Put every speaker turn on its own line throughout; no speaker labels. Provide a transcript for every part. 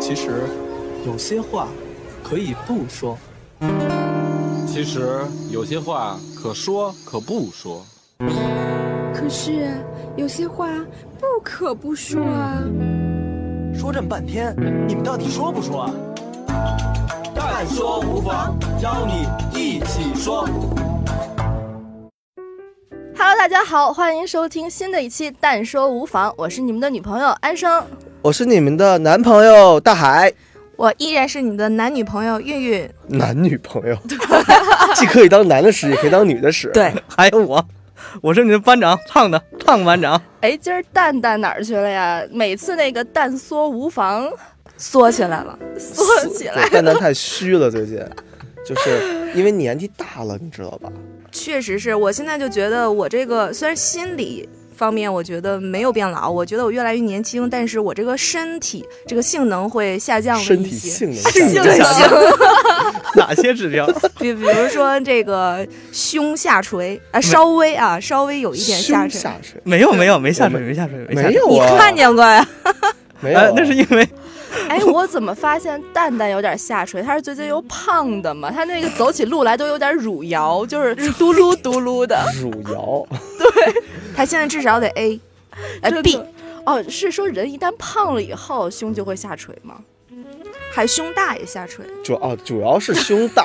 其实有些话可以不说。
其实有些话可说可不说。
可是啊有些话不可不说啊！
嗯
说这么半天，你们到底说不说啊？
但说无妨，邀你一起说。
Hello，大家好，欢迎收听新的一期《但说无妨》，我是你们的女朋友安生，
我是你们的男朋友大海，
我依然是你们的男女朋友韵韵。
男女朋 友，既可以当男的使，也可以当女的使。
对，还有我，我是你们班长，胖的胖班长。
哎，今儿蛋蛋哪儿去了呀？每次那个蛋缩无妨，缩起来了，缩起来了。
蛋蛋太虚了，最近，就是因为年纪大了，你知道吧？
确实是我现在就觉得我这个虽然心理方面我觉得没有变老，我觉得我越来越年轻，但是我这个身体这个性能会下降了
身
一
体
些。
性能
性
下
能
降，
哪些指标？
比比如说这个胸下垂啊、稍微啊，稍微有一点下
胸
垂。
下垂，
没有没有，没下水，
我
没下水，没下
没
水。
有
你
啊，
看见过呀？
没有啊
呃，那是因为
哎，我怎么发现蛋蛋有点下垂？他是最近又胖的嘛？他那个走起路来都有点乳摇，就是嘟噜嘟噜的。
乳摇，
他现在至少得 A，哎
真的
B，
哦，是说人一旦胖了以后，胸就会下垂吗？
还胸大也下垂。
主哦，主要是胸 大，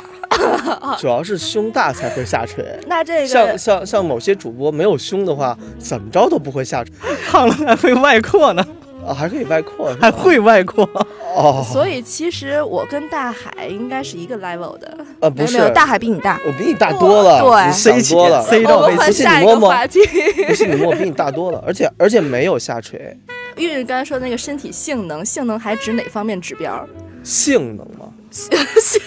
主要是胸大才会下垂。
那这
像
个
像像某些主播没有胸的话，怎么着都不会下垂
胖了还会外扩呢，
啊，还可以外扩，是吧
还会外扩。
哦，
所以其实我跟大海应该是一个 level 的。
啊不
没有
是
没有，大海比你大。
我比你大多了，
对
你
塞
想
起
多了，
塞
我
到
们
位
换
不信
下
你
一个
摸摸
话题。
不是你摸，我比你大多了，而且而且没有下垂，
玉玉刚才说那个身体性能，性能还指哪方面指标？
性能嘛，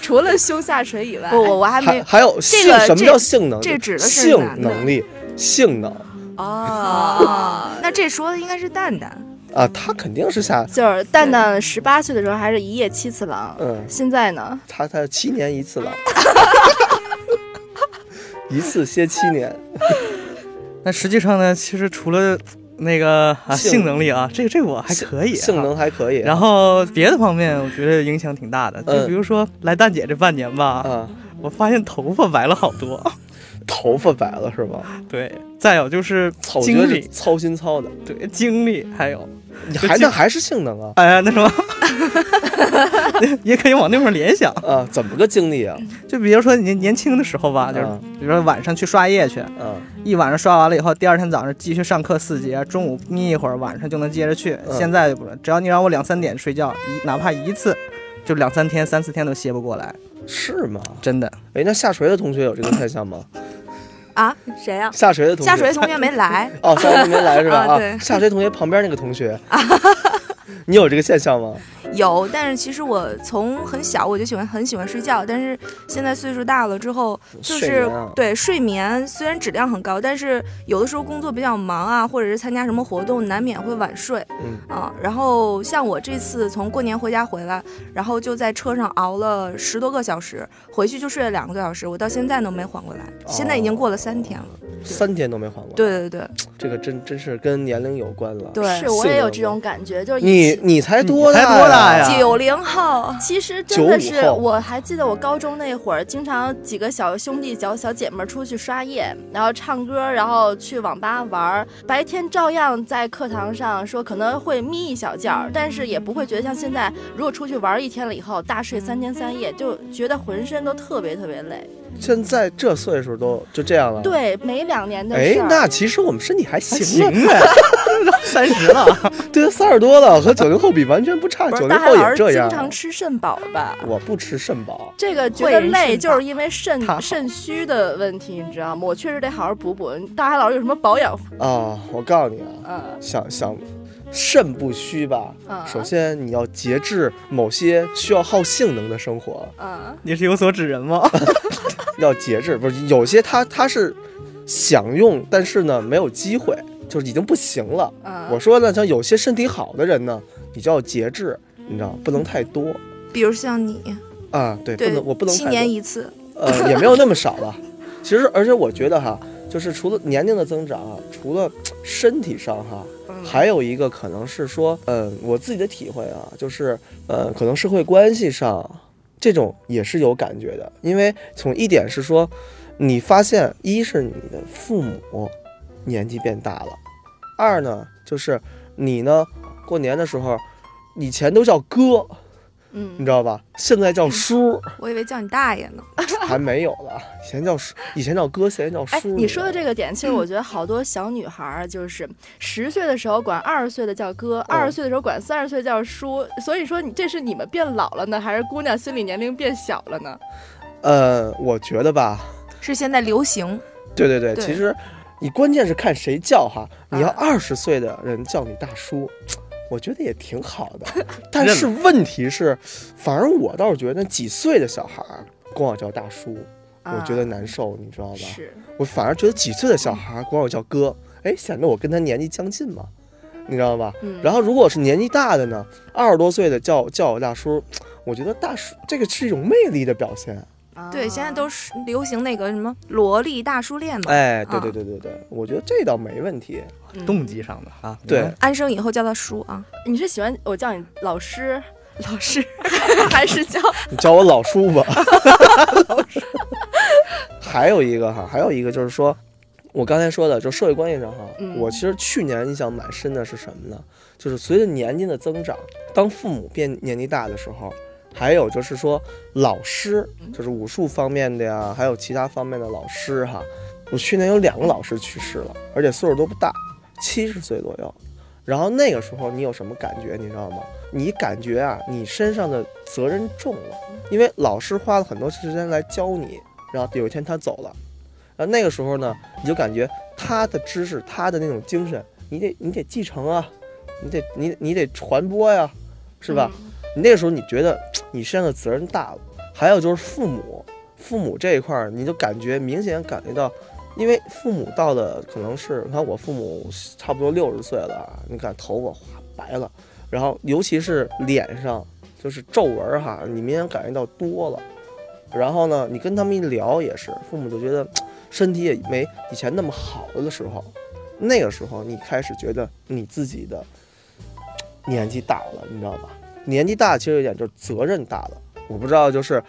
除了胸下垂以外，
不，我我还没
还还有性
这个
什么
这
叫性能？
这指的是
性
男的
能力，性能
哦，
那这说的应该是蛋蛋。
啊，他肯定是下，
就是蛋蛋十八岁的时候还是一夜七次郎，
嗯
现在呢？
他他七年 一次了，一次歇七年，
那实际上呢，其实除了那个啊
性
性能力啊，这个这个 我还可以啊，
性能还可以，
然后别的方面，我觉得影响挺大的，就
嗯
比如说来蛋姐这半年吧，
啊，
我发现头发白了好多。
头发白了是吧？
对，再有就是
我觉
精
得是
力，
操心操的，
对精力，还有
你
就
还
精
那还是性能啊
哎呀那什么， 也可以往那块儿联想。
啊？怎么个经历啊？
嗯
就比如说你年轻的时候吧，就是
嗯
比如说晚上去刷夜去，
啊，
一晚上刷完了以后，第二天早上继续上课四节，中午眯一会儿，晚上就能接着去。
嗯
现在就不是，只要你让我两三点睡觉，一哪怕一次，就两三天、三四天都歇不过来，
是吗？
真的。
哎，那下垂的同学有这个现象 吗？
啊，谁呀、
下垂的同学，
下垂同学没 来，
哦，下回没来 是吧？
啊对
下垂同学旁边那个同学，你有这个现象吗？
有，但是其实我从很小我就喜欢很喜欢睡觉，但是现在岁数大了之后，就是
睡眠啊
对睡眠虽然质量很高，但是有的时候工作比较忙啊，或者是参加什么活动，难免会晚睡
嗯，
啊。然后像我这次从过年回家回来，然后就在车上熬了十多个小时，回去就睡了两个多小时，我到现在都没缓过来，现在已
哦
经过了三天了。
三天都没缓过。，
对对对
这个真真是跟年龄有关了。
对，
是，我也有这种感觉，就是以
你
前
你才多大
你才多大呀
九零后。
其实真的是
95，后
我还记得我高中那会儿，经常几个小兄弟、小小姐们儿出去刷夜，然后唱歌，然后去网吧玩儿，白天照样在课堂上说可能会眯一小觉儿，但是也不会觉得像现在，如果出去玩儿一天了以后，大睡三天三夜，就觉得浑身都特别特别累。
现在这岁数都就这样了。。
对，每两年的
哎
事儿。，
那其实我们身体还行啊，
行哎呗， 三十了，
对，三十多了，和九零后比完全不差，
不
九
是
零
大海
后
老
也
师
这
经
样。啊
常吃肾宝吧？
我不吃肾宝，
这个觉
会
得
人
累，
肾
就
宝
是因为肾
他好
肾虚的问题，你知道吗？我确实得好好补补。大海老师有什么保养？
啊，我告诉你啊，
呃，
想想肾不虚吧，
啊
首先你要节制某些需要耗性能的生活，
嗯，
你是有所指人吗？
要节制，不是有些他他是想用，但是呢没有机会，就是已经不行了。
嗯
我说呢，像有些身体好的人呢，你就要节制，你知道不能太多
比如像你，
啊，对，
对，
不能我不能
七
太
年
多，
一次，
呃，也没有那么少了。其实而且我觉得哈，就是除了年龄的增长啊，除了身体上哈，
嗯
还有一个可能是说，嗯，我自己的体会啊，就是，呃，可能社会关系上这种也是有感觉的，因为从一点是说，你发现一是你的父母年纪变大了，二呢就是你呢过年的时候，以前都叫哥，你
嗯，
知道吧？现在叫叔，
我以为叫你大爷呢。
还没有了，以前叫叔，以前叫哥，现在叫
哎，
叔。
你说的这个点，其实我觉得好多小女孩儿就是十岁的时候管二十岁的叫
哦
哥，二十岁的时候管三十岁叫叔，所以说你这是你们变老了呢，还是姑娘心理年龄变小了呢？
呃，我觉得吧，
是现在流行，
哦
对对对，
对
其实你关键是看谁叫哈。你要
啊
二十岁的人叫你大叔，我觉得也挺好 的。但是问题是，反而我倒是觉得几岁的小孩儿管我叫大叔，我觉得难受，你知道吧？
啊是，
我反而觉得几岁的小孩儿管我叫哥，哎，显得我跟他年纪将近嘛，你知道吧？
嗯，
然后如果是年纪大的呢，二十多岁的叫叫我大叔，我觉得大叔这个是一种魅力的表现。
啊
对，现在都是流行那个什么萝莉大叔恋嘛。
哎，对
啊
对对对对，我觉得这倒没问题。
嗯
动机上的啊，
对
明白
安生以后叫他叔啊，
你是喜欢我叫你老师，老 师还是叫
你叫我老叔吧。 还有一个哈，还有一个就是说，我刚才说的，就社会关系上哈，
嗯
我其实去年印象蛮深的是什么呢？就是随着年纪的增长，当父母变年纪大的时候，还有就是说老师，就是武术方面的呀，还有其他方面的老师哈。我去年有两个老师去世了，而且岁数都不大，七十岁左右。然后那个时候你有什么感觉，你知道吗？你感觉啊，你身上的责任重了，因为老师花了很多时间来教你，然后有一天他走了，然后那个时候呢，你就感觉他的知识，他的那种精神，你得你得继承啊，你得你你得传播呀、是吧？？
嗯
你那个时候你觉得你身上的责任大了，还有就是父母，父母这一块儿你就感觉明显感觉到，因为父母到了可能是，你看我父母差不多六十岁了啊，你看头发花白了，然后尤其是脸上就是皱纹儿哈，你明显感觉到多了，然后呢，你跟他们一聊也是，父母就觉得身体也没以前那么好的时候，那个时候你开始觉得你自己的年纪大了，你知道吧？年纪大其实有一点就是责任大了。我不知道就是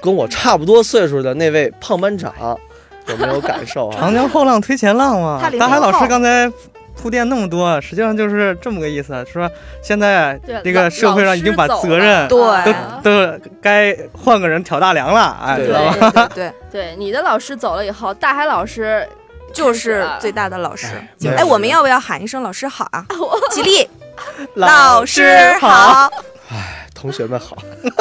跟我差不多岁数的那位胖班长有没有感受啊？
长江后浪推前浪嘛
他。零零
大海
后
老师刚才铺垫那么多，实际上就是这么个意思，说现在
对
这个
老
社会上已经把责任
老师走了
对
啊
都该换个人挑大梁了，哎，
对
知道吧？
对
啊
对对，
对，你的老师走了以后，大海老师
就是最
最
大的老师。
啊
没有
哎，我们要不要喊一声老师好啊？
哎
起立，
老
师
好，
好。
同学们好。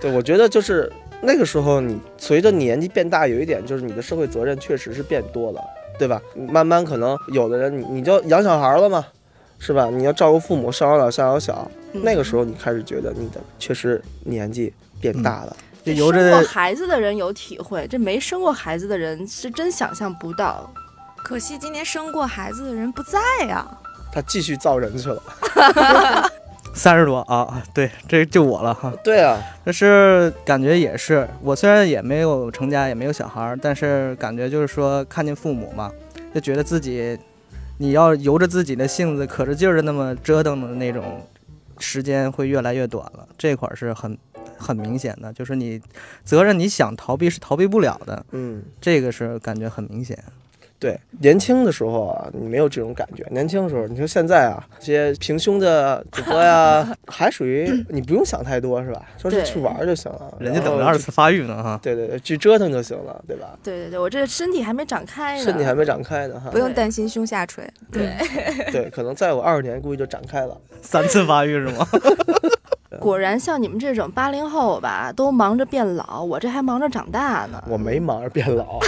对，我觉得就是那个时候，你随着年纪变大，有一点就是你的社会责任确实是变多了，对吧？慢慢可能有的人你你就养小孩了嘛，是吧？你要照顾父母，上有老下有小。那个时候你开始觉得你的确实年纪变大了。
就
这
由
生过
着
孩子的人有体会，这没生过孩子的人是真想象不到。
可惜今年生过孩子的人不在啊呀。
他继续造人去了。
三十多啊，对，这就我了哈。
对啊，
但是感觉也是，我虽然也没有成家，也没有小孩儿，但是感觉就是说看见父母嘛，就觉得自己，你要由着自己的性子，可着劲儿的那么折腾的那种时间会越来越短了，这块儿是很很明显的，就是你责任你想逃避是逃避不了的，
嗯，
这个是感觉很明显。
对，年轻的时候啊，你没有这种感觉。年轻的时候，你说现在啊，这些平胸的主播 呀，还属于你不用想太多，是吧？就是
对
去玩儿就行了，
人家
然后
等着二
去
次发育呢哈，
对对对，去折腾就行了，对吧？
对对对，我这身体还没长开呢，
身体还没长开呢哈
不，用担心胸下垂。
对，
对，可能再有二十年，估计就展开了。
三次发育是吗？
果然像你们这种八零后吧，都忙着变老，我这还忙着长大呢。
我 没忙着变老，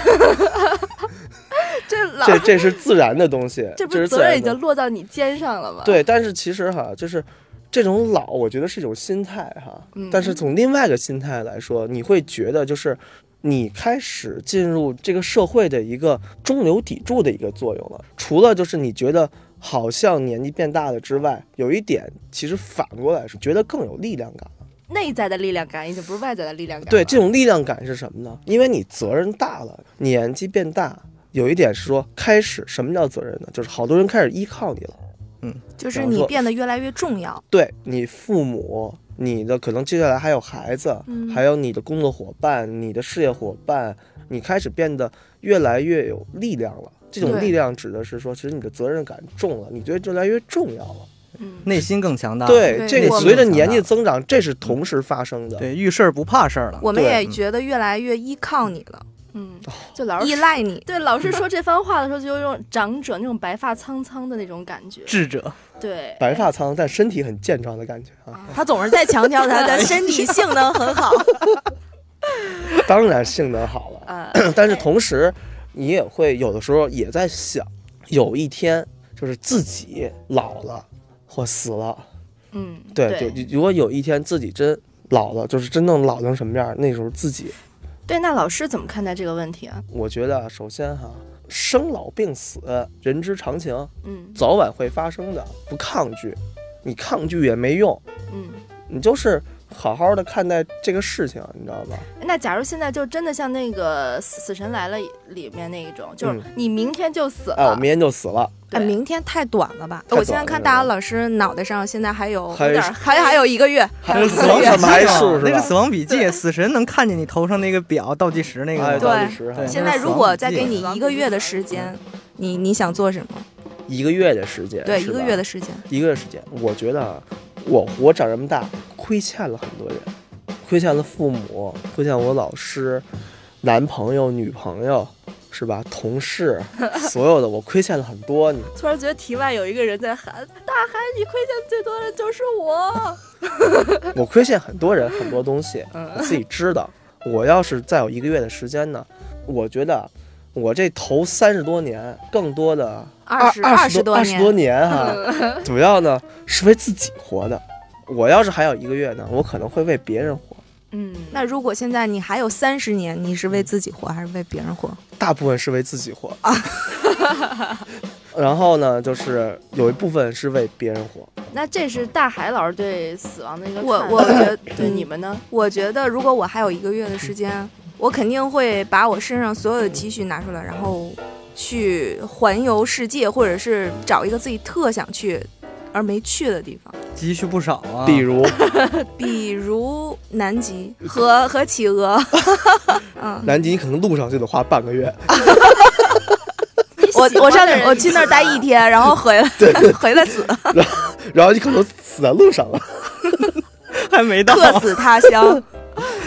这老
这这是自然的东西，
这不
是
是
自
责任
然
已
的
经落到你肩上了吗？，
对，但是其实哈，就是这种老，我觉得是一种心态哈。
嗯
但是从另外一个心态来说，你会觉得就是你开始进入这个社会的一个中流砥柱的一个作用了。除了就是你觉得好像年纪变大了之外，有一点其实反过来是觉得更有力量感。
内在的力量感已经不是外在的力量感了。
对，这种力量感是什么呢？因为你责任大了，年纪变大，有一点是说，开始什么叫责任呢？就是好多人开始依靠你了。
就是
然后
你
说
变得越来越重要。
对你父母，你的可能接下来还有孩子，
嗯
还有你的工作伙伴、你的事业伙伴，你开始变得越来越有力量了。这种
对
力量指的是说，其实你的责任感重了，你觉得越来越重要了。
嗯，
内心更强大。
啊对
这个
我
随着
们
年
长
纪
大
增长，这是同时发生
嗯
的。
对，遇事儿不怕事儿了。
我们
对
也
嗯
觉得越来越依靠你了，
嗯，
哦
就老
依
师
赖你。
对老师说这番话的时候，就有一种长者那种白发苍苍的那种感觉。
智 者，
对，
白发苍，但身体很健壮的感觉啊！
他总是在强调他 的身体性能很好，
当然性能好了，
啊
呃，
但是同时，你也会有的时候也在想，有一天就是自己老了或死了，
嗯，
对，就如果有一天自己真老了，就是真正老成什么样，那时候自己，
对，那老师怎么看待这个问题啊？
我觉得啊首先哈，生老病死，人之常情，
嗯
早晚会发生的，不抗拒，你抗拒也没用，
嗯，
你就是好好的看待这个事情，你知道吧？
那假如现在就真的像那个《死死神来了》里面那一种，就是你明天就死
哎，我
了
嗯明，天就死了，
哎，
对
明天太短了吧？
太
呃我现在
短
看
了
大家老师脑袋上现在还有
还有
有点还还有一个月，
还有死亡什么还数是
那个
吧？
死亡笔记，死神能看见你头上那个表倒计时那
哎
个
对
吗。
倒计时哈
对
现
那
在
是死
如
亡
果
笔
再
记
给
啊
你一个月的时间，你你想做什么？
一个月的时间，
对，
是
一个
吧
月的时间，
一个月时间，我觉得啊我活长这么大，亏欠了很多人，亏欠了父母，亏欠我老师、男朋友、女朋友，是吧？同事，所有的我亏欠了很多。你
突然觉得题外有一个人在喊：“大海，你亏欠最多的就是我。
我亏欠很多人很多东西，我自己知道。我要是再有一个月的时间呢，我觉得我这头三十多年，更多的
二十
二
十
多
多
二十多
年，
年哈、主要呢是为自己活的。我要是还有一个月呢，我可能会为别人活。”
嗯，
那如果现在你还有三十年，你是为自己活还是为别人活？
大部分是为自己活 啊。然后呢，就是有一部分是为别人活。
啊
那这是大海老师对死亡的一个
我
看
我
法
觉得
对
嗯
你们呢？
我觉得如果我还有一个月的时间，我肯定会把我身上所有的积蓄拿出来，然后去环游世界，或者是找一个自己特想去而没去的地方，
积蓄不少啊。
比如
比如南极 和和企鹅。嗯，
南极，你可能路上就得花半个月。
我
喜欢
我上
的
哪
人
我去那儿待一天，然后 回来回来死，
然后你可能死在 路上了。
还没到，
客死他 乡，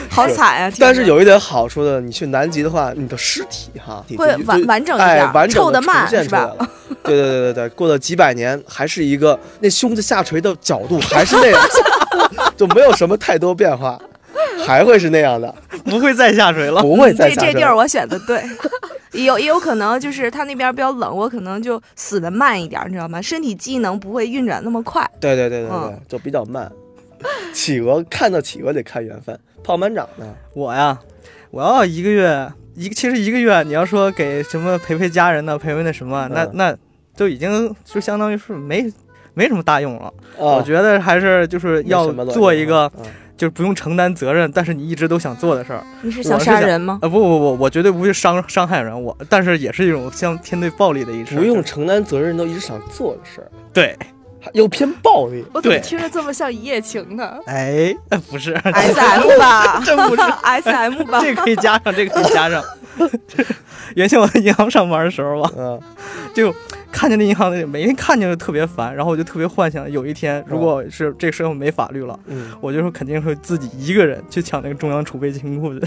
好惨啊！
但是有一点好处呢，你去南极的话，你的尸体哈
会
就就
完完整一点
哎，完整
臭得慢
呈现
是吧
出来了对对对对对，过了几百年还是一个那胸子下垂的角度还是那样， 就没有什么太多变化，还会是那样的，
不会再下水了。
不会再
哦这
下垂
这
了。
地儿我选的对， 也有也有可能就是他那边比较冷，我可能就死的慢一点，你知道吗？身体机能不会运转那么快。
对对对对对，
嗯
就比较慢。企鹅看到企鹅得看缘分，胖班长呢？
我呀，我要一个月一个，其实一个月你要说给什么陪陪家人呢，陪陪那什么，那
嗯
那就已经就相当于是没没什么大用了。
啊
我觉得还是就是
没
要
什么卵
做
用
一个
啊，嗯
就是不用承担责任，但是你一直都想做的事儿。
你是想
想杀
杀
人
人吗？
啊，不不不，我绝对不会伤伤害人，我但是也是一种像偏对暴力的一种。
不 用承担责任都一直想做的事儿，
对，
还又偏暴 力。
我怎么
对
听着这么像一夜情呢？
哎，呃不是，
S M 吧，
真不是
S M 吧。
这个可以加上，这个可以加上。 原先我在银行上班的时候吧，
嗯，
就看见那银行的每天看见就特别烦，然后我就特别幻想有一天，如果是这个社会没法律了，
嗯
我就说肯定会自己一个人去抢那个中央储备金库去。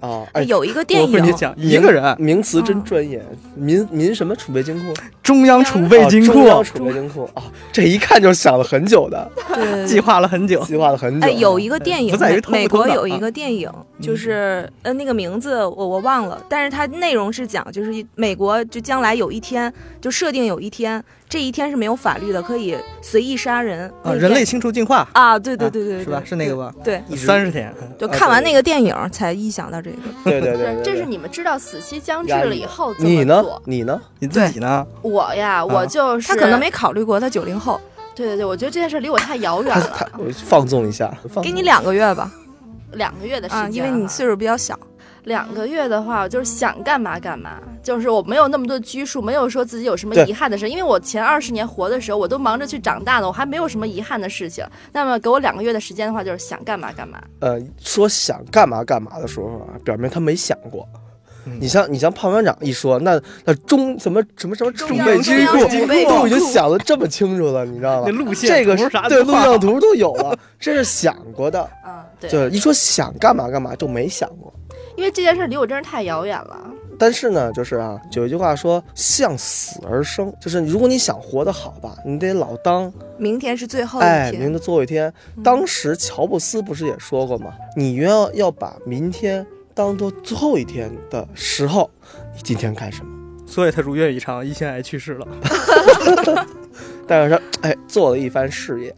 啊，
哎
哎，
有一个电
我会去
影，
抢一个人
名词真专业，民民什么储备金库？
中央储啊备金
啊中央
库，
储备金库啊，这一看就是想了很久的，
对
计划了很久。
计划了很久。
哎，有一个电影
不在于，通不
美美国
通的
有
啊
一个电影，就是呃那个名字我我忘了，但是它内容是讲，就是一美国就将来有一天就设定有一天，这一天是没有法律的，可以随意杀人。
啊，
那
人类
天
清除净化
啊，对对
啊
对对，
是吧
对
是那个吧？
对，
一直
三十天，
就
啊
看完
对
那个电影才一想到这个。
对对
不
对
是，
对，
这是
对
你们知道死期将至
压
了
抑
以后怎
你
么
呢
做？？
你呢？
你自己呢？
我呀，
啊
我就是
他可能没考虑过，他九零后，
对对对，我觉得这件事离我太遥远
他他
了，
我放纵一下，放
哦
给
纵
你两个月吧，
两个月的时
啊，
间，
因为你岁数比较小，
两个月的话，我就是想干嘛干嘛，就是我没有那么多拘束，没有说自己有什么
对
遗憾的事，因为我前二十年活的时候，我都忙着去长大呢，我还没有什么遗憾的事情。那么给我两个月的时间的话，就是想干嘛干嘛。
呃，说想干嘛干嘛的时候啊，表明他没想过。
嗯
你像你像胖班长一说，那那中什么什么什么中
央
备之
中
库
央储备，
都
库
已经想的这么清楚了，你知道吗
那？路线
这个
图
是
啥
对
的
路线图都有了，这是想 过的。
嗯，对，
就是一说想干嘛干嘛就没想过。
因为这件事离我真是太遥远了。
但是呢，就是啊，有一句话说“向死而生”，就是如果你想活得好吧，你得老当
明天是最后一
哎，
天，
明天最后一天。
嗯
当时乔布斯不是也说过吗？你原要要把明天当做最后一天的时候，你今天干什么？
所以他如愿以偿，一心癌去世了。
但是他哎，做了一番事业，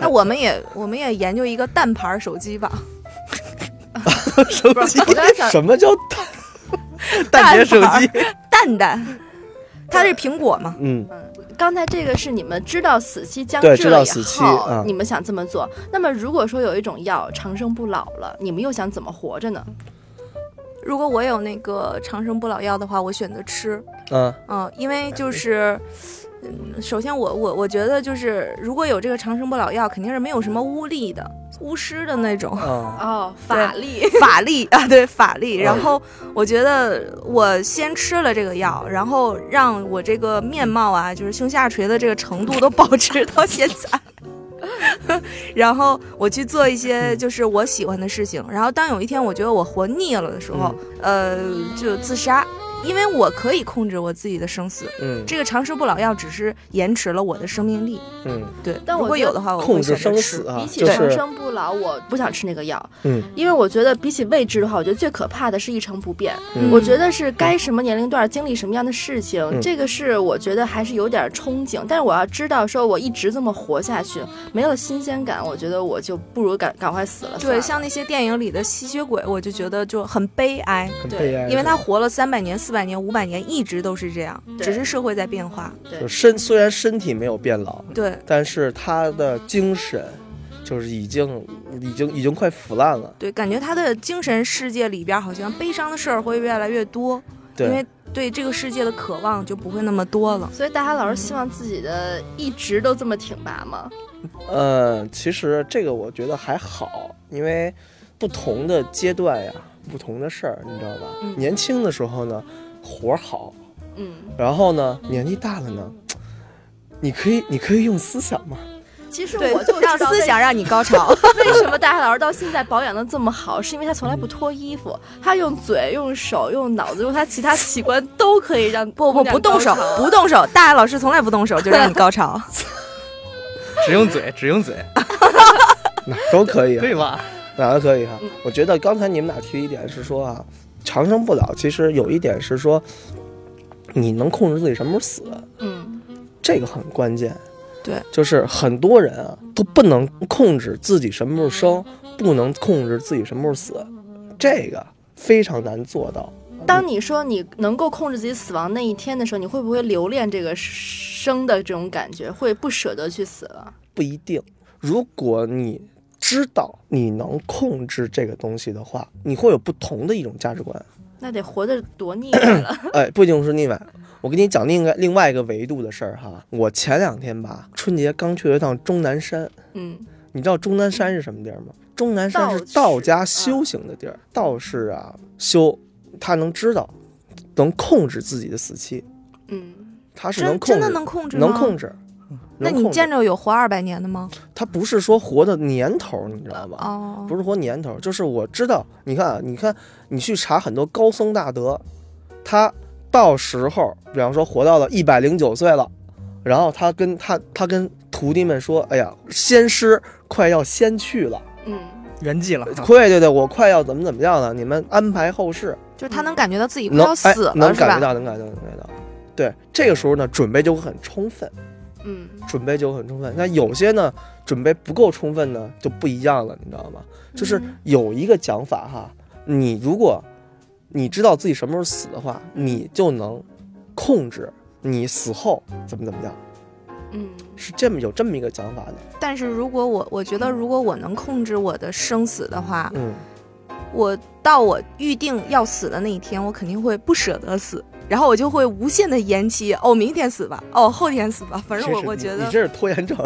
那我们也我们也研究一个蛋牌手机吧，
不是，我刚才想，
什么叫大
蛋姐手
蛋
机，
蛋 蛋，它是苹果嘛？
嗯？
刚才这个是你们知道死期将至
对
了
知道死期
以后
嗯
你们想这么做。那么如果说有一种药长生不老了，你们又想怎么活着呢？
如果我有那个长生不老药的话，我选择吃。
嗯
嗯，因为就是，嗯，首先我我我觉得就是，如果有这个长生不老药，肯定是没有什么巫力的、巫师的那种
啊
哦，
法
力，
法力啊，对法力。然
嗯
后我觉得我先吃了这个药，然后让我这个面貌啊，就是胸下垂的这个程度都保持到现在。 然后我去做一些就是我喜欢的事情，然后当有一天我觉得我活腻了的时候，呃，就自杀，因为我可以控制我自己的生死，
嗯
这个长生不老药只是延迟了我的生命力。
嗯，
对，
但我
如果
哦觉得
有的话，我
控
会
制
选择
生
吃。
死啊
比，起
就
长
是
生不老，我不想吃那个药，
嗯，
因为我觉得比起未知的话，我觉得最可怕的是一成不变。
嗯
我觉得是该什么年龄段经历什么样的事情，
嗯
这个是我觉得还是有点憧憬。但是我要知道，说我一直这么活下去，没有新鲜感，我觉得我就不如赶赶快死了。算
对，
了
像那些电影里的吸血鬼，我就觉得就很悲哀，
很
哎
对
悲哀，
因为他活了三百年、四百年、五百年，一直都是这样，
对
只是社会在变化。
就身虽然身体没有变老，
对
但是他的精神就是已经已经已经快腐烂了。
对，感觉他的精神世界里边，好像悲伤的事儿会越来越多，因
对
为对这个世界的渴望就不会那么多了。
所以大家老是希望自己的一直都这么挺拔吗？
呃，其实这个我觉得还好，因为不同的阶段呀，不同的事儿，你知道吧？
嗯
年轻的时候呢，活儿好，
嗯，
然后呢，年纪大了呢，你可以你可以用思想嘛，
其实
对
我就，知道
让思想让你高潮。
为什么大海老师到现在保养的这么好，是因为他从来不脱衣服，他用嘴、用手、用脑子、用他其他器官都可以让
不不
姑娘
不动手
高潮，
不动手。大爱老师从来不动手，就 让你高潮。
只用嘴，只用嘴，
哪儿都可以，啊
对吧？
哪儿都可以哈
嗯。
我觉得刚才你们俩提一点是说啊，长生不老，其实有一点是说，你能控制自己什么时候死。
嗯，
这个很关键。
对，
就是很多人啊都不能控制自己什么时候生，不能控制自己什么时候死，这个非常难做到。
当你说你能够控制自己死亡那一天的时候，你会不会留恋这个生的这种感觉，会不舍得去死了？
不一定，如果你知道你能控制这个东西的话，你会有不同的一种价值观。
那得活得多腻 歪了。
哎，不一定是逆反。我跟你讲另外另外一个维度的事儿哈，我前两天吧，春节刚去了一趟终南山，
嗯，
你知道终南山是什么地儿吗？终南山是
道士
道家修行的地
嗯
儿，道士啊修，他能知道，能控制自己的死期，
嗯，
他是能
真
控
真
制，
的能控制吗？
能控制。
那
能
你
控制
见着有活二百年的吗？
他不是说活的年头，你知道吧？
哦，
不是活年头，就是我知道，你看啊，你看，你去查很多高僧大德，他到时候，比方说活到了一百零九岁了，然后他跟他他跟徒弟们说，哎呀，仙师快要仙去了，
嗯，
圆 寂了，
快对对，我快要怎么怎么样了，你们安排后事，
就是他能感觉到自己快
能
要
哎
死了，
能
是
感觉
吧？
到，能感觉到，能感觉到。对，这个时候呢，准备就会很充分，
嗯，
准备就会很充分。那有些呢，准备不够充分呢，就不一样了，你知道吗？就是
嗯
有一个讲法哈，你如果你知道自己什么时候死的话，你就能控制你死后怎么怎么样，
嗯，
是这么有这么一个讲法的。
但是如果我我觉得，如果我能控制我的生死的话，
嗯，
我到我预定要死的那一天，我肯定会不舍得死，然后我就会无限的延期。哦，明天死吧，哦，后天死吧，反正我
谁是
我
你
觉得
你这是拖延症，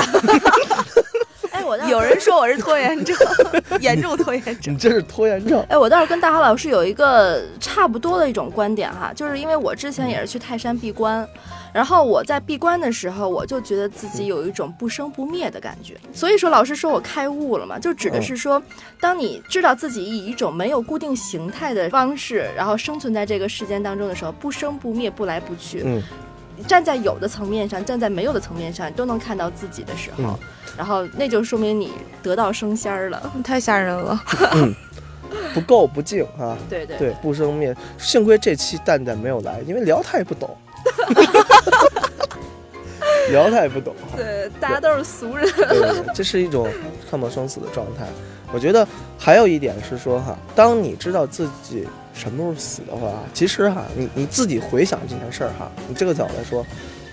哎，我倒是
有人说我是拖延症， 严重拖延症。
你这是拖延症。
哎，我倒是跟大华老师有一个差不多的一种观点哈，就是因为我之前也是去泰山闭关，然后我在闭关的时候，我就觉得自己有一种不生不灭的感觉。所以说，老师说我开悟了嘛，就指的是说，当你知道自己以一种没有固定形态的方式，然后生存在这个世间当中的时候，不生不灭，不来不去。
嗯
站在有的层面上，站在没有的层面上，都能看到自己的时候，
嗯
然后那就说明你得道升仙儿了。
嗯太吓人了，
不够不净啊，
对对
对，不生灭。幸亏这期蛋蛋没有来，因为聊他也不懂，聊他也不懂。
对，大家都是俗人。
对对对，这是一种看破生死的状态。我觉得还有一点是说哈，当你知道自己什么时候死的话，其实哈，你你自己回想这件事儿哈，你这个角度来说，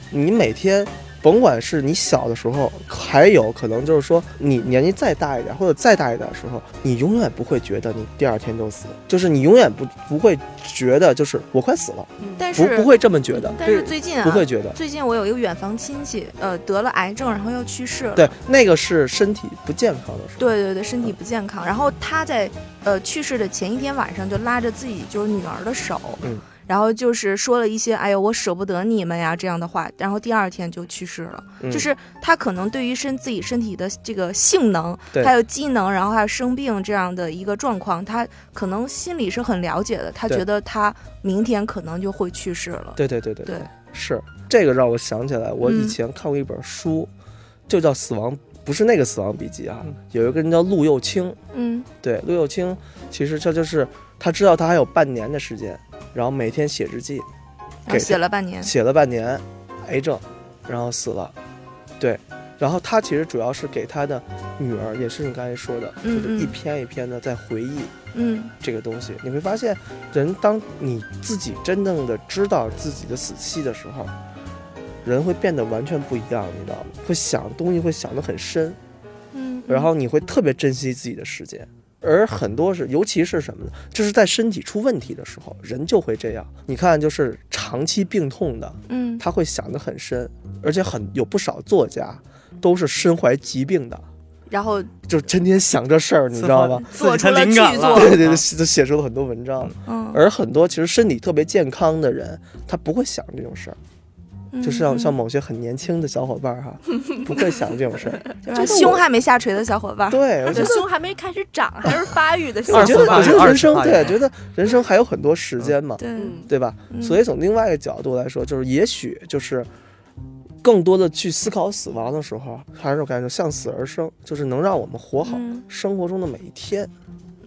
你每天甭管是你小的时候，还有可能就是说你年纪再大一点，或者再大一点的时候，你永远不会觉得你第二天就死，就是你永远不不会觉得就是我快死了，
但
不
是
不，会这么觉得，
但是最近啊，
不会觉得。
最近我有一个远房亲戚，呃，得了癌症，然后要去世了。
对，那个是身体不健康的时候。
对对对，身体不健康。然后他在呃去世的前一天晚上，就拉着自己就是女儿的手，
嗯
然后就是说了一些“哎呦，我舍不得你们呀”这样的话。然后第二天就去世了。
嗯
就是他可能对于身自己身体的这个性能，
对
还有机能，然后还有生病这样的一个状况，他可能心里是很了解的。他
对
觉得他明天可能就会去世了。
对对对对
对，
是这个让我想起来，我以
嗯
前看过一本书，就叫《死亡》，不是那个《死亡笔记》啊，有一个人叫陆又清，
嗯，
对，陆又清其实这就是他知道他还有半年的时间，然后每天写日记，
然
给
后
他
写了半年。
写了半年，癌症，然后死了，对。然后他其实主要是给他的女儿，也是你刚才说的，
嗯
就是一
嗯
篇一篇的在回忆，
嗯，
这个东西，你会发现，人当你自己真正的知道自己的死期的时候，人会变得完全不一样，你知道吗？会想东西会想得很深，
嗯，
然后你会特别珍惜自己的时间。而很多是，尤其是什么呢？就是在身体出问题的时候，人就会这样。你看，就是长期病痛的，
嗯，
他会想得很深，而且很有不少作家都是身怀疾病的，
然后
就天天想这事儿，你知道 吗？
自己
做出
才
了
灵感
巨
了
作
对对对，写写出了很多文章。
嗯，
而很多其实身体特别健康的人，他不会想这种事儿，就像
嗯
像某些很年轻的小伙伴儿 哈，不会想这种事儿。
就是胸还没下垂的小伙伴，
对， 我觉得。
胸还没开始长，还是发育的时候
我觉得，
二十八
我觉得
二
人
十
生
八
对，
元
觉得人生还有很多时间嘛，
对，
嗯，
对吧？
嗯
所以从另外一个角度来说，就是也许就是更多的去思考死亡的时候，还是我感觉向死而生，就是能让我们活好
嗯
生活中的每一天。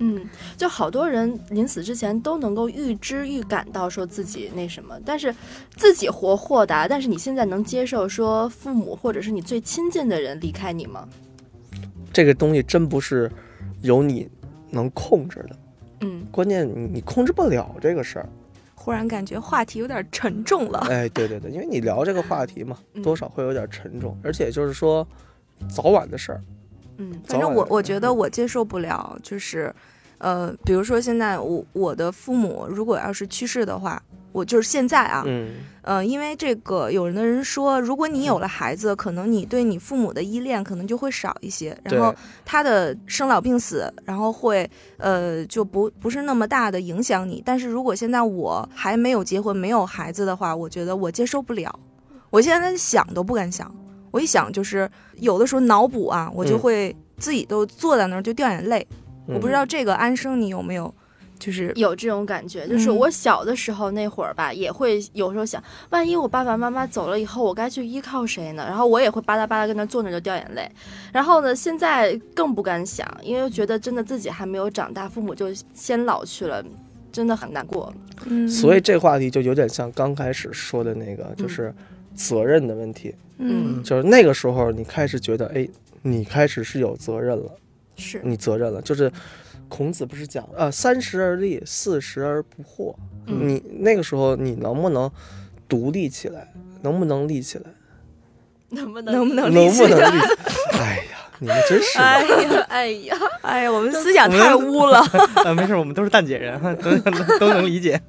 嗯，就好多人临死之前都能够预知、预感到说自己那什么，但是自己活豁达，但是你现在能接受说父母或者是你最亲近的人离开你吗？
这个东西真不是由你能控制的，
嗯，
关键你你控制不了这个事儿。
忽然感觉话题有点沉重 了。
哎，对对对，因为你聊这个话题嘛
嗯，
多少会有点沉重，而且就是说，早晚的事儿。
嗯
反正
早晚
我
的
我觉得我接受不了，就是，呃，比如说现在我我的父母如果要是去世的话，我就是现在啊，
嗯，
呃，因为这个有人的人说，如果你有了孩子，可能你对你父母的依恋可能就会少一些，
对
然后他的生老病死，然后会呃就不不是那么大的影响你。但是如果现在我还没有结婚、没有孩子的话，我觉得我接受不了，我现在想都不敢想。我一想就是有的时候脑补啊，我就
嗯
会自己都坐在那儿就掉眼泪。我不知
道，
道这个安生你有没有，就是
有这种感觉，就是
嗯
我小的时候那会儿吧，也会有时候想，万一我爸爸妈妈走了以后，我该去依靠谁呢？然后我也会吧嗒吧嗒跟那坐那就掉眼泪。然后呢，现在更不敢想，因为觉得真的自己还没有长大，父母就先老去了，真的很难过。
嗯，
所以这个话题就有点像刚开始说的那个，就是责任的问题。
嗯
就是那个时候，你开始觉得，哎，你开始是有责任了，
嗯
是，
你责任了。就是孔子不是讲，呃，三十而立，四十而不惑。
嗯
你那个时候，你能不能独立起来？能不能立起来？
能不能
能不能
能
理
不
解
能立？哎呀，你们真是的。
哎呀，哎呀，
哎呀，我们思想太污了。
呃，没事，我们都是蛋姐人， 都都能理 解。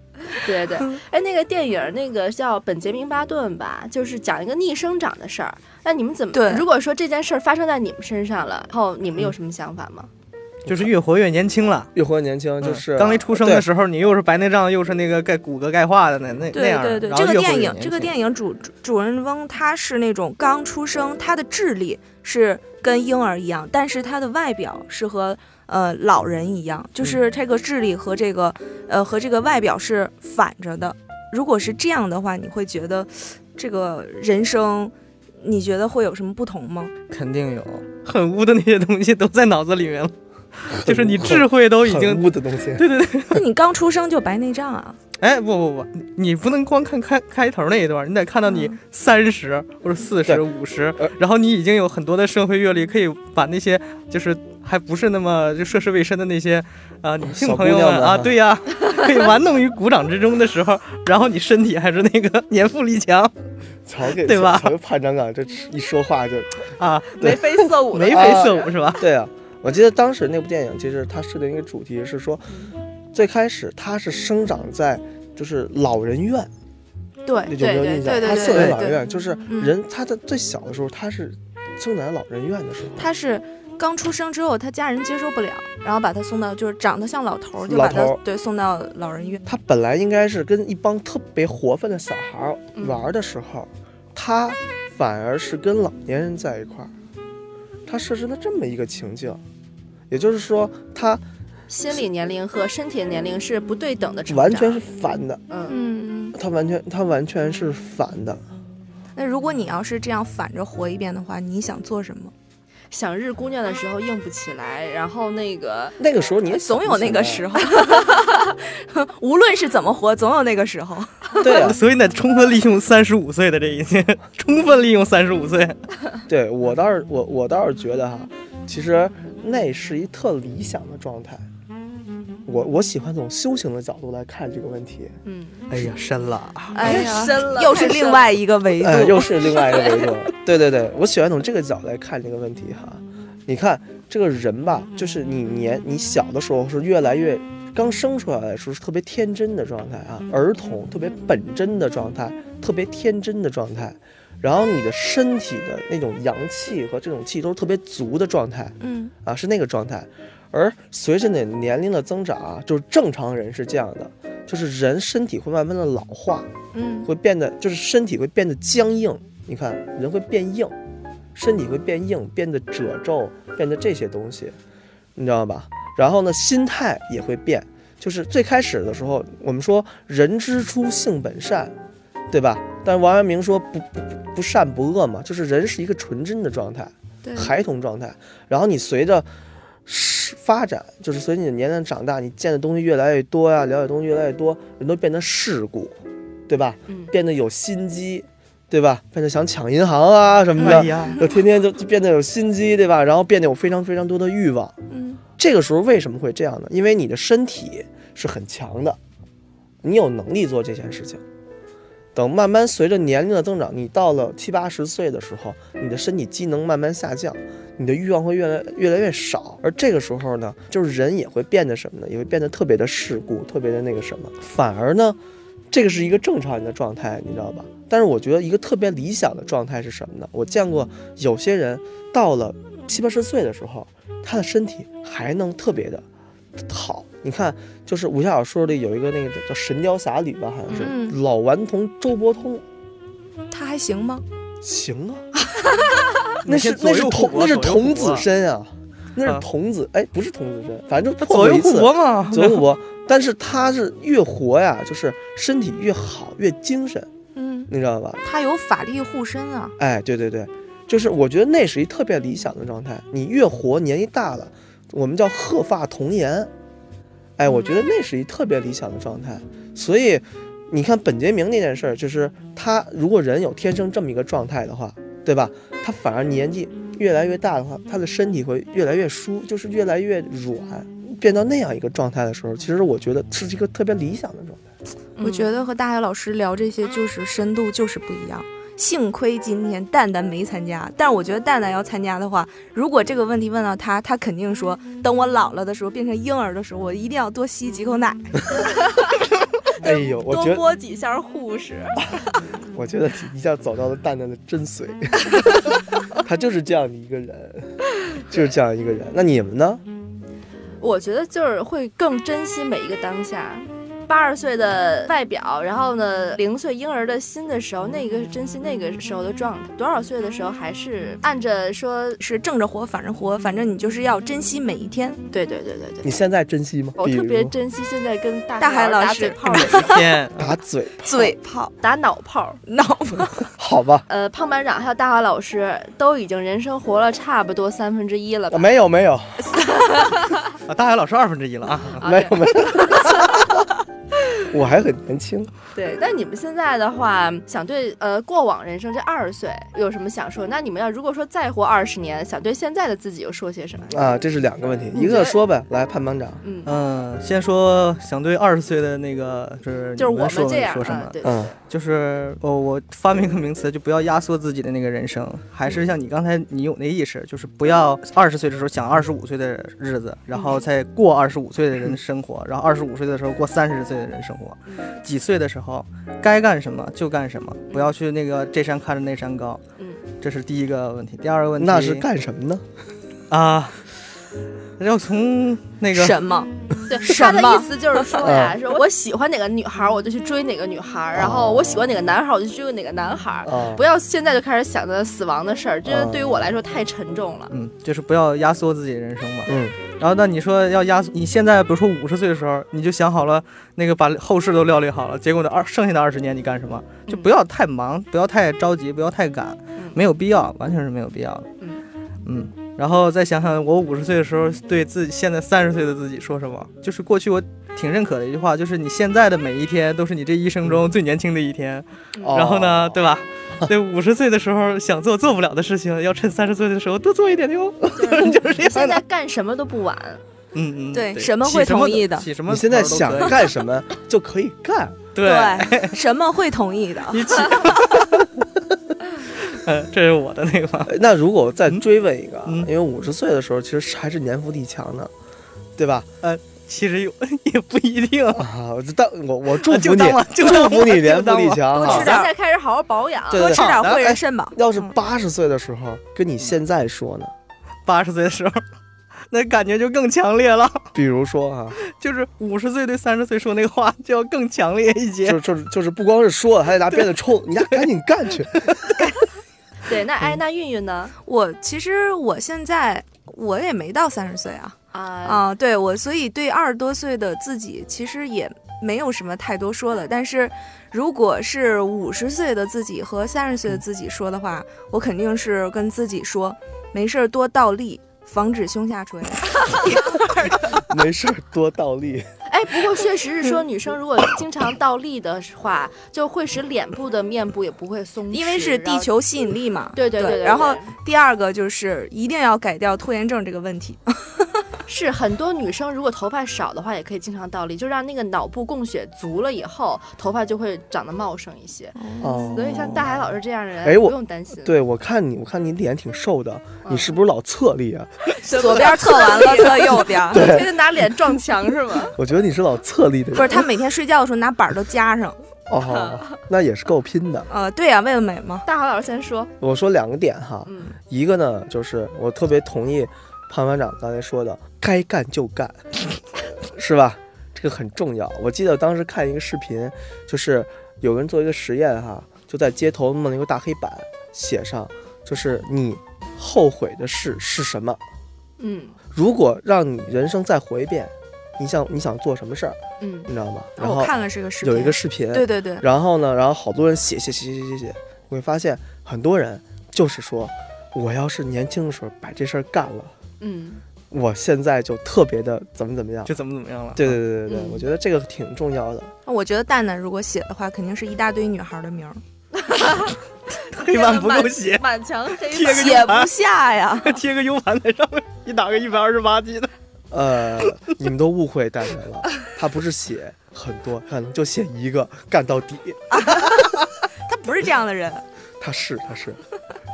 对对，哎，那个电影儿那个叫《本杰明巴顿》吧，就是讲一个逆生长的事儿。那你们怎么？
对
如果说这件事儿发生在你们身上了，然后你们有什么想法吗？
就是越活越年轻了，
越活越年轻，就是
嗯
啊
刚一出生的时候，你又是白内障，又是那个钙骨骼钙化的那那那
对
样儿。
对对，
然
这个
后越活
电
越
影
年
这个
轻
电影主主主人翁他是那种刚出生，他的智力是跟婴儿一样，但是他的外表是和呃老人一样，
嗯
就是这个智力和这个呃和这个外表是反着的。如果是这样的话，你会觉得这个人生，你觉得会有什么不同吗？
肯定有很污的那些东西都在脑子里面了， 就是你智慧都已经
很污的东西。
那你刚出生就白内障啊？
哎，不不不，你你不能光看开开头那一段，你得看到你三十或者
嗯
四
对
十、五十
呃，
然后你已经有很多的社会阅历，可以把那些就是还不是那么就涉世未深的那些啊、呃女性
小
朋友
姑娘
们
们
啊，
啊
对呀、可以玩弄于股掌之中的时候，然后你身体还是那个年富力强
瞧给
对吧
瞧给潘长啊港这一说话就
啊，
眉飞色舞的
眉飞色舞是吧？
对啊，我记得当时那部电影，其实它设定一个主题是说，最开始它是生长在就是老人院，
对
有没
哎对
有
对
印象？
对
它
对
设在
对
老人
对，
院，就是
嗯
人他在最小的时候，他是生长在老人院的时候，
他是刚出生之后，他家人接受不了，然后把他送到就是长得像老头儿，就
老
把他
头儿
对送到老人院。
他本来应该是跟一帮特别活泛的小孩儿
嗯
玩的时候，他反而是跟老年人在一块儿，他设置了这么一个情境，也就是说，他
心理年龄和身体年龄是不对等的成长，
完全是反的，
嗯，
嗯，
他完全他完全是反的。
那如果你要是这样反着活一遍的话，你想做什么？
想日姑娘的时候硬不起来，然后那个
那个时候你 也
总有那个时候， 无论是怎么活，总有那个时候。
候，对啊，
所以你得充分利用三十五岁的这一些，充分利用三十五岁。
对我倒是我我倒是觉得哈，其实那是一特理想的状态。我我喜欢从修行的角度来看这个问题，
嗯，
哎呀，深
啊
了，
哎呀，深了，
又是另外一个维
呃，
度。
又是另外一个 维度。对对对，我喜欢从这个角度来看这个问题哈。你看这个人吧，就是你年你小的时候是越来越刚生出来的时候是特别天真的状态啊，儿童特别本真的状态，特别天真的状态。然后你的身体的那种阳气和这种气都是特别足的状态，
嗯，
啊，是那个状态。而随着你年龄的增长啊，就是正常人是这样的，就是人身体会慢慢的老化，
嗯，
会变得就是身体会变得僵硬。你看，人会变硬，身体会变硬，变得褶皱，变得这些东西，你知道吧？然后呢，心态也会变。就是最开始的时候，我们说“人之初，性本善”，对吧？但是王阳明说不不不不善不恶嘛，就是人是一个纯真的状态。
嗯
对
孩童状态。然后你随着是发展，就是随着你的年龄长大，你见的东西越来越多
嗯
呀、了解的东西越来越多，人都变得世故，对吧？
嗯
变得有心机，对吧？变得想抢银行啊什么
哎
的，
呀，
就天天就就变得有心机，对吧？然后变得有非常非常多的欲望。
嗯，
这个时候为什么会这样呢？因为你的身体是很强的，你有能力做这件事情。等慢慢随着年龄的增长，你到了七八十岁的时候，你的身体机能慢慢下降，你的欲望会越来越来越少。而这个时候呢，就是人也会变得什么呢？也会变得特别的世故，特别的那个什么。反而呢，这个是一个正常人的状态，你知道吧？但是我觉得一个特别理想的状态是什么呢？我见过有些人到了七八十岁的时候，他的身体还能特别的好。你看，就是武侠小说里有一个那个叫《神雕侠侣》吧，好像是、
嗯
老顽童周伯通，
他还行吗？
行啊，
那
那
些
是那是
左右互
童
搏
那是
左右互
童
搏
子
啊
身啊，那
啊
是童子哎，不是童子身，反正就
他
破
左
过
右
一
互
次
搏嘛，
左右互 搏。但是他是越活呀，就是身体越好，越精神，
嗯，
你知道吧？
他有法力护身啊。
哎，对对对，就是我觉得那是一特别理想的状态。你越活，年纪大了，我们叫鹤发童颜。哎，我觉得那是一特别理想的状态。所以，你看本杰明那件事儿，就是他如果人有天生这么一个状态的话，对吧？他反而年纪越来越大的话，他的身体会越来越舒，就是越来越软，变到那样一个状态的时候，其实我觉得是一个特别理想的状态。
嗯
嗯
我觉得和大海老师聊这些就是深度就是不一样。幸亏今天蛋蛋没参加，但是我觉得蛋蛋要参加的话，如果这个问题问到他，他肯定说，等我老了的时候变成婴儿的时候，我一定要多吸几口奶，
哎呦，我
多
觉得
播几下护士。
我觉得一下走到了蛋蛋的 真髓，他就是这样的一个人，就是这样一个人。那你们呢？
我觉得就是会更珍惜每一个当下。八十岁的外表，然后呢，零岁婴儿的心的时候，那个是珍惜那个时候的状态。多少岁的时候还是按着说，
是正着活，反着活，反正你就是要珍惜每一天。
对对对对
你
对，
现在珍惜吗？
我
比
特
如
别珍惜现在跟大
大海
老
老
打
师
嘴炮的时候，
每天
打嘴，
嘴炮，
打脑炮。
脑炮，
好吧？
呃，胖班长还有大华老师都已经人生活了差不多三分之一了
啊
吧？
没有没有
啊，大海老师二分之一了啊。
啊
没有 没有，我还很年轻。
对，那你们现在的话，想对呃过往人生这二十岁有什么想说？那你们要如果说再活二十年，想对现在的自己又说些什么？
啊，这是两个问题，
你
一
觉得
个说呗，来潘班长，
嗯，
嗯，先说想对二十岁的那个，就是
就是
你
我
说
这样
说什么
啊，？对，
嗯，
就是哦，我发明个名词，就不要压缩自己的那个人生，还
嗯
是像你刚才你有那意识，就是不要二十岁的时候想二十五岁的日
嗯
子，然后再过二十五岁的人 生活，然后二十五岁的时候过三十岁的人生活，
嗯
几岁的时候该干什么就干什么，不要去那个这山看着那山高。
嗯，
这是第一个问题。第二个问题
那是干什么呢？
啊，要从那个
什么？
对，
什
他的意
么
思就是说呀，
嗯
说我喜欢哪个女孩儿，我就去追哪个女孩儿；然后我喜欢哪个男孩儿，我就去追哪个男孩儿。
啊
不，要现在就开始想着死亡的事儿，这
哦
对于我来说太沉重 了。
嗯，就是不要压缩自己的人生嘛。
嗯，
然后那你说要压缩，你现在比如说五十岁的时候，你就想好了那个把后事都料理好了，结果呢二剩下的二十年你干什么？就不要太忙，不要太着急，不要太赶，没有必要，完全是没有必要的。
嗯
嗯然后再想想我五十岁的时候对自己现在三十岁的自己说什么，就是过去我挺认可的一句话，就是你现在的每一天都是你这一生中最年轻的一天。
哦
然后呢，对吧？ 对五十岁的时候想做做不了的事情，要趁三十岁的时候多做一点哟，就是这样
现在
的。
干什么都不晚。
嗯嗯，
对什么会同意的
起什么
你现在
头都
想
可以
干什么就可以 干，
对，
什么会同意的？
你起， 呃，这是我的那个，
呃那如果我再追问一个啊，
嗯
因为五十岁的时候其实还是年富力强的，对吧？
其实有 也不一定，
啊，我就当我我祝福
就
你
当我，就
祝
当
福
我
你
就
年富
当
力
我
强
多
啊
吃！点
现在开始好好保养。
对
多
对
吃
对，
点
然后
汇仁
哎
肾宝。
要是
嗯
八十岁的时候跟你现在说呢，
嗯八十岁的时候，那感觉就更强烈了，
比如说啊，
就是五十岁对三十岁说那个话就要更强烈一些。
就就是就是不光是说了，还得拿鞭子抽，你俩赶紧干 去。
对，
嗯
那哎，那韵韵呢？
我其实我现在我也没到三十岁啊
啊，
啊，对我，所以对二十多岁的自己其实也没有什么太多说的。但是如果是五十岁的自己和三十岁的自己说的话，我肯定是跟自己说，没事儿多倒立，防止胸下垂。
没事儿多倒立。
哎，不过确实是说，
嗯
女生如果经常倒立的话，就会使脸部的面部也不会松弛，
因为是地
然后。
球吸引力嘛。
对对对对
然后
对
第二个就是一定要改掉拖延症这个问 题。
是很多女生如果头发少的话，也可以经常倒立，就让那个脑部供血足了以后，头发就会长得茂盛一些。
嗯
哦
所以像大海老师这样的人，
哎我
不用担心。
对，我看你，我看你脸挺瘦的，
嗯
你是不是老侧立啊？
左边测完了，测右边。
天天拿脸撞墙是吗？
我觉得你是老侧立的人。
不是，他每天睡觉的时候拿板儿都夹上。
哦，那也是够拼的。
呃，对呀、为了美嘛。
大海老师先说，
我说两个点哈，
嗯，
一个呢就是我特别同意潘班长刚才说的，该干就干， 是吧？这个很重要。我记得当时看一个视频，就是有人做一个实验哈，就在街头弄了一个大黑板，写上就是你后悔的事是什么。
嗯
如果让你人生再活一遍，你想你想做什么事儿，
嗯
你知道吗？然后
哦我看了这个视频，
有一个视频，
对对对，
然后呢，然后好多人写写写写写写，我会发现很多人就是说，我要是年轻的时候把这事儿干了，
嗯，
我现在就特别的怎么怎么样。
就怎么怎么样了？
对对对对对，
嗯
我觉得这个挺重要的。
那我觉得蛋蛋如果写的话，肯定是一大堆女孩的名儿，
黑板不够写，
满墙黑
贴个 U
写不
盘，
下呀。
贴个 U 盘在上面，你打个一百二十 八 G 的。
呃，你们都误会蛋蛋了，他不是写很多，可能就写一个干到底。
他不不是这样的人。
他是他是，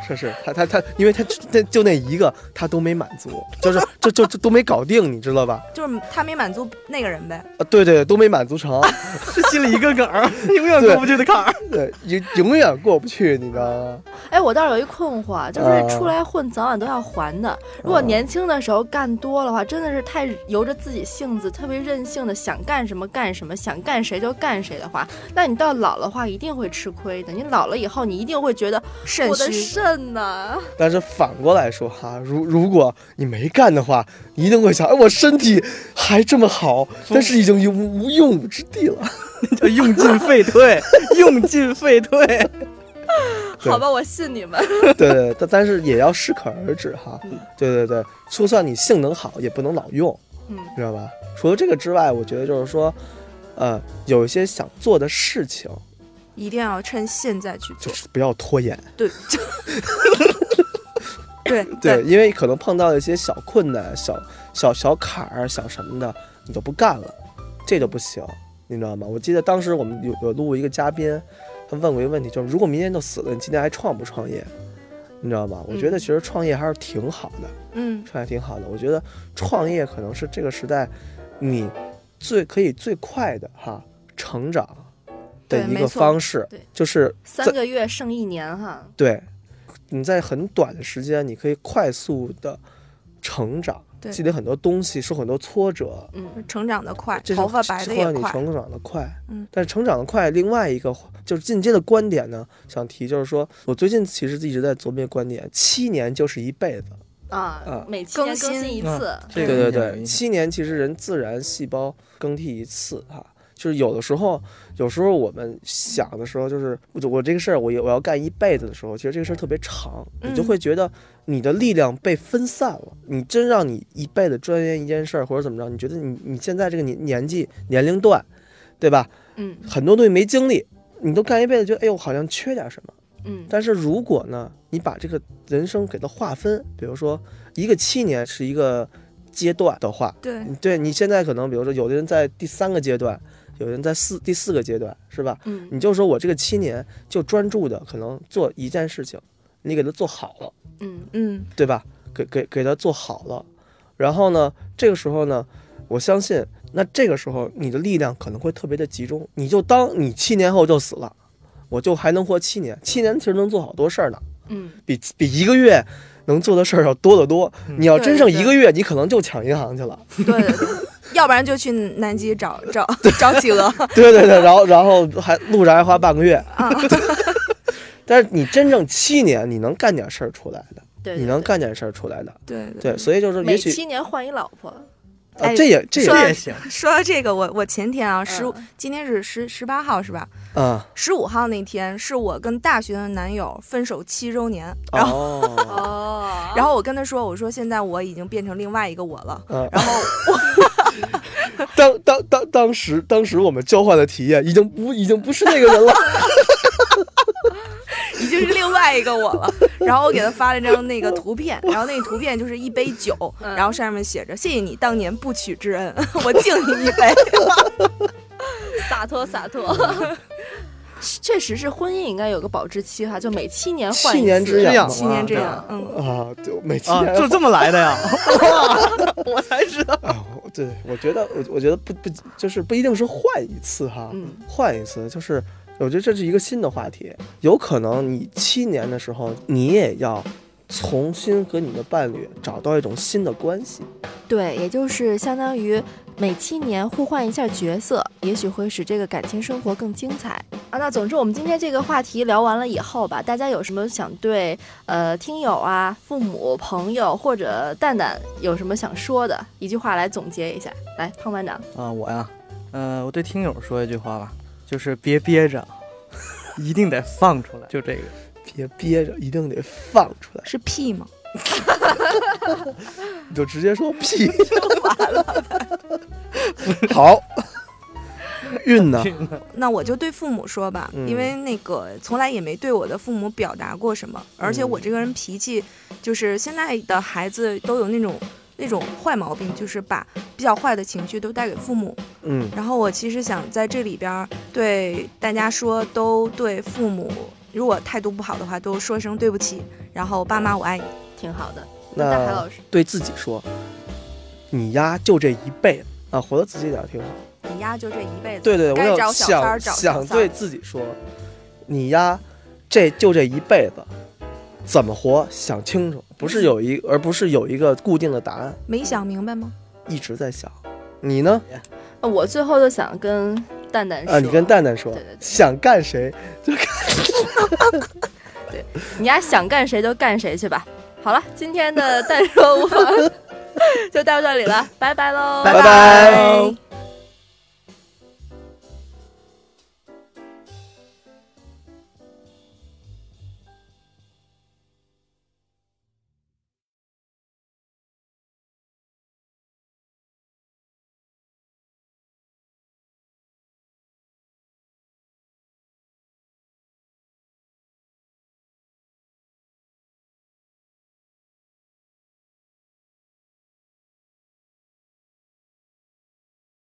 是是他他他，因为他那就那一个他都没满足，就是这这这都没搞定，你知道吧？
就是他没满足那个人呗。
啊，对对，都没满足成，
这心里一个梗儿， 永远过不去的坎儿。
对，永永远过不去，你知道吗？
哎，我倒是有一困惑，啊
嗯
就是出来混早晚都要还的。如果年轻的时候干多了话，真的是太由着自己性子，特别任性的，想干什么干什么，想干谁就干谁的话，那你到老的话一定会吃亏的。你老了以后，你一定会觉得
肾
我的
虚，
肾呢、
但是反过来说哈，如如果你没干的话，你一定会想，哎，我身体还这么好，但是已经无无用武之地了。
叫用进废退， 用进废退。
对
好吧，我信你们。
对对，但但是也要适可而止哈。对对对，就算你性能好，也不能老用，
嗯
知道吧？除了这个之外，我觉得就是说，呃，有一些想做的事情，
一定要趁现在去
就
做。
是不要拖延。
对，就对
对，，因为可能碰到一些小困难、小小小坎儿、小什么的，你就不干了，这就不行，你知道吗？我记得当时我们有有录一个嘉宾，他问过一个问题，就是如果明天就死了，你今天还创不创业？你知道吗？我觉得其实创业还是挺好的，
嗯，
创业挺好的。我觉得创业可能是这个时代你最可以最快的哈成长的
对
一
没
个
错
方式
对，
就是
三个月胜一年哈，
对，你在很短的时间，你可以快速的成长，
对
积累很多东西，受很多挫折，
嗯，
成长的快，
这
头发
是
白的
会
也
让你
快。
成长的快。
嗯，
但是成长的快，另外一个就是进阶的观点呢，想提就是说，我最近其实一直在琢磨一个观点，七年就是一辈子。
啊
啊，
每七年
更
更
新嗯
新一
啊
次，
这
对对
个
对，七年其实人自然细胞更替一次哈、就是有的时候，有时候我们想的时候，就是我我这个事儿，我我要干一辈子的时候，其实这个事儿特别长，你就
嗯
会觉得你的力量被分散了。你真让你一辈子钻研一件事儿，或者怎么着，你觉得你你现在这个年年纪年龄段，对吧？
嗯
很多东西没经历，你都干一辈子，觉得哎呦好像缺点什么。
嗯
但是如果呢，你把这个人生给它划分，比如说一个七年是一个阶段的话，
对，
对你现在可能，比如说有的人在第三个阶段，有的人在四第四个阶段，是吧？
嗯
你就说我这个七年就专注的可能做一件事情，你给它做好了，
嗯
嗯，
对吧？给给给它做好了，然后呢，这个时候呢，我相信，那这个时候你的力量可能会特别的集中，你就当你七年后就死了，我就还能活七年，七年其实能做好多事儿呢。
嗯，
比比一个月能做的事儿要多得多。你要真剩
对对
一个月，你可能就抢银行去了。
对对对，要不然就去南极找找找企鹅。
对对对，然后然后还路上还花半个月。 但是你真正七年，你能干点事儿出来的，
对，
你
对
能
对
干点事儿出来的。
对对
对，所以就是也
每
许
七年换一老婆，
啊，
哎
这也这也
说
这也行，
说到这个，我我前天啊，十五、
嗯
今天是十十八号是吧？
啊
十五号那天是我跟大学的男友分手七周年，然后、
哦，
哦
然后我跟他说，我说现在我已经变成另外一个我了。
嗯，
然后
当当当当时当时我们交换的体验已经不已经不是那个人了。
已经是另外一个我了。 然后我给他发了张那个图片，然后那个图片就是一杯酒，
嗯
然后上面写着“谢谢你当年不娶之恩， 我敬你一杯
洒脱洒脱。确实 是婚姻应该有个保质期哈，就每七年换一次
七年之痒”，
七年这样
啊，
嗯，
啊，就每七
啊
年，
就这么来的呀？ 哇， 我才知道。
啊，我对，我觉得我我觉得不不就是不一定是换一次哈，
嗯
换一次就是我觉得这是一个新的话题，有可能你七年的时候你也要重新和你的伴侣找到一种新的关系，
对，也就是相当于每七年互换一下角色，也许会使这个感情生活更精彩啊。那总之，我们今天这个话题聊完了以后吧，大家有什么想对呃听友啊、父母、朋友或者蛋蛋有什么想说的，一句话来总结一下。来，胖班长，
啊，我呀，呃，我对听友说一句话吧，就是别憋着，一定得放出来，就这个。
别憋着，一定得放出来，
是屁吗？
你就直接说屁就完了。 好，运呢？
那我就对父母说吧，
嗯
因为那个从来也没对我的父母表达过什么，而且
嗯
我这个人脾气，就是现在的孩子都有那种那种坏毛病，就是把比较坏的情绪都带给父母。
嗯
然后我其实想在这里边儿对大家说，都对父母如果态度不好的话，都说声对不起，然后爸妈我爱你。
挺好的。
那
大海老师，
对自己说，你丫就这一辈子啊，活得仔细点儿挺好。
你丫就这一辈子，
对对，对
该
我
找
有
小三儿
想
找小
想
三儿
对自己说，你丫这就这一辈子，怎么活想清楚，不是有一而不是有一个固定的答案，
没想明白吗？
一直在想。你呢？
呃我最后就想跟蛋蛋说，
啊，你跟蛋蛋说，
对对对
想干谁？
你丫想干谁就干谁去吧。好了，今 天的蛋说无妨就到这里了，拜拜喽，
拜拜
拜